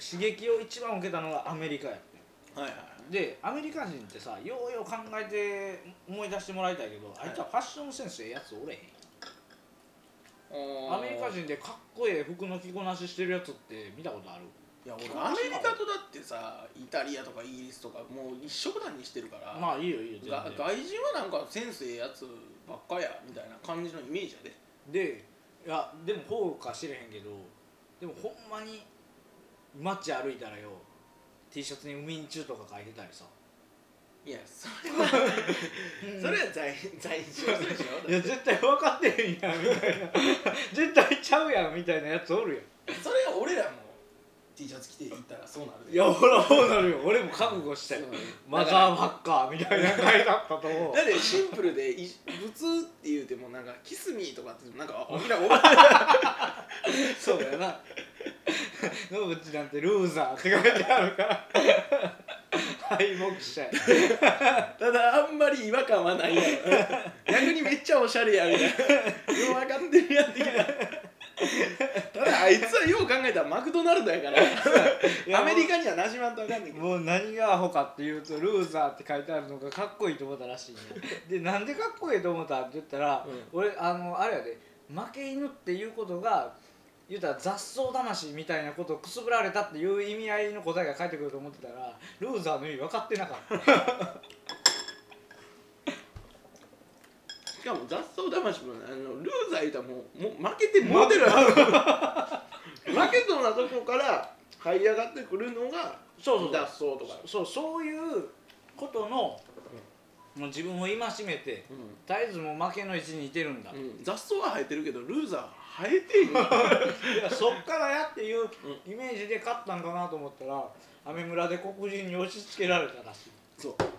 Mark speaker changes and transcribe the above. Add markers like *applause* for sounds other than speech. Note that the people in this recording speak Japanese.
Speaker 1: 刺激を一番受けたのがアメリカやって
Speaker 2: はいはい
Speaker 1: でアメリカ人ってさようよう考えて思い出してもらいたいけど、あいつはファッションセンスええやつおれへんアメリカ人でかっこええ服の着こなししてるやつって見たことある
Speaker 2: いや俺アメリカとだってさイタリアとかイギリスとかもう一色団にしてるから、
Speaker 1: まあいいよいいよ全
Speaker 2: が
Speaker 1: 然
Speaker 2: 外人はなんかセンスええやつばっかやみたいな感じのイメージやで
Speaker 1: でいやでもほうか知れへんけどでもほんまに街歩いたらよ T シャツに「ウミンチュ」とか書いてたりさ
Speaker 2: いやそれはそれ
Speaker 1: い
Speaker 2: は在在日するでしょ
Speaker 1: や絶対分かってへんやんみたいな絶対ちゃうやんみたいなやつおるやん
Speaker 2: それ俺らも T シャツ着て行ったらそうなるで
Speaker 1: いやほらそうなるよ俺も覚悟したよ
Speaker 2: そうね
Speaker 1: マザーバッカーみたいな書いてあったと思う
Speaker 2: だってシンプルでい普通って言うてもなんかキスミーとかってなんかおみんなおばあ
Speaker 1: そうだよな「野口なんてルーザー」って書いてあるから敗北者や
Speaker 2: ただあんまり違和感は
Speaker 1: *laughs*
Speaker 2: ないやろ逆にめっちゃおしゃれやみたいなよう分かってるやん的なただあいつはよう考えたらマクドナルドやからアメリカにはなじまんと分かんないけど
Speaker 1: もう何がアホかっていうと「ルーザー」って書いてあるのがかっこいいと思ったらしいねでなんでかっこいいと思ったって言ったら、
Speaker 2: うん
Speaker 1: 俺あのあれやで負け犬っていうことが言うたら雑草魂みたいなことをくすぶられたっていう意味合いの答えが返ってくると思ってたら「ルーザー」の意味分かってなかった
Speaker 2: しかも雑草魂もあのルーザー言うたらもうもう負けてモデルやろ負けそうなとこから這い上がってくるのが
Speaker 1: そうそう
Speaker 2: 雑草とか
Speaker 1: そうそういうことのもう自分を戒めて
Speaker 2: うん
Speaker 1: 絶えずもう負けの位置にいてるんだ、
Speaker 2: うん雑草は生えてるけどルーザーは生えてへん
Speaker 1: *laughs*
Speaker 2: から
Speaker 1: いやそっからやっていうイメージで勝ったんかなと思ったらアメ村で黒人に押し付けられたらしい
Speaker 2: そう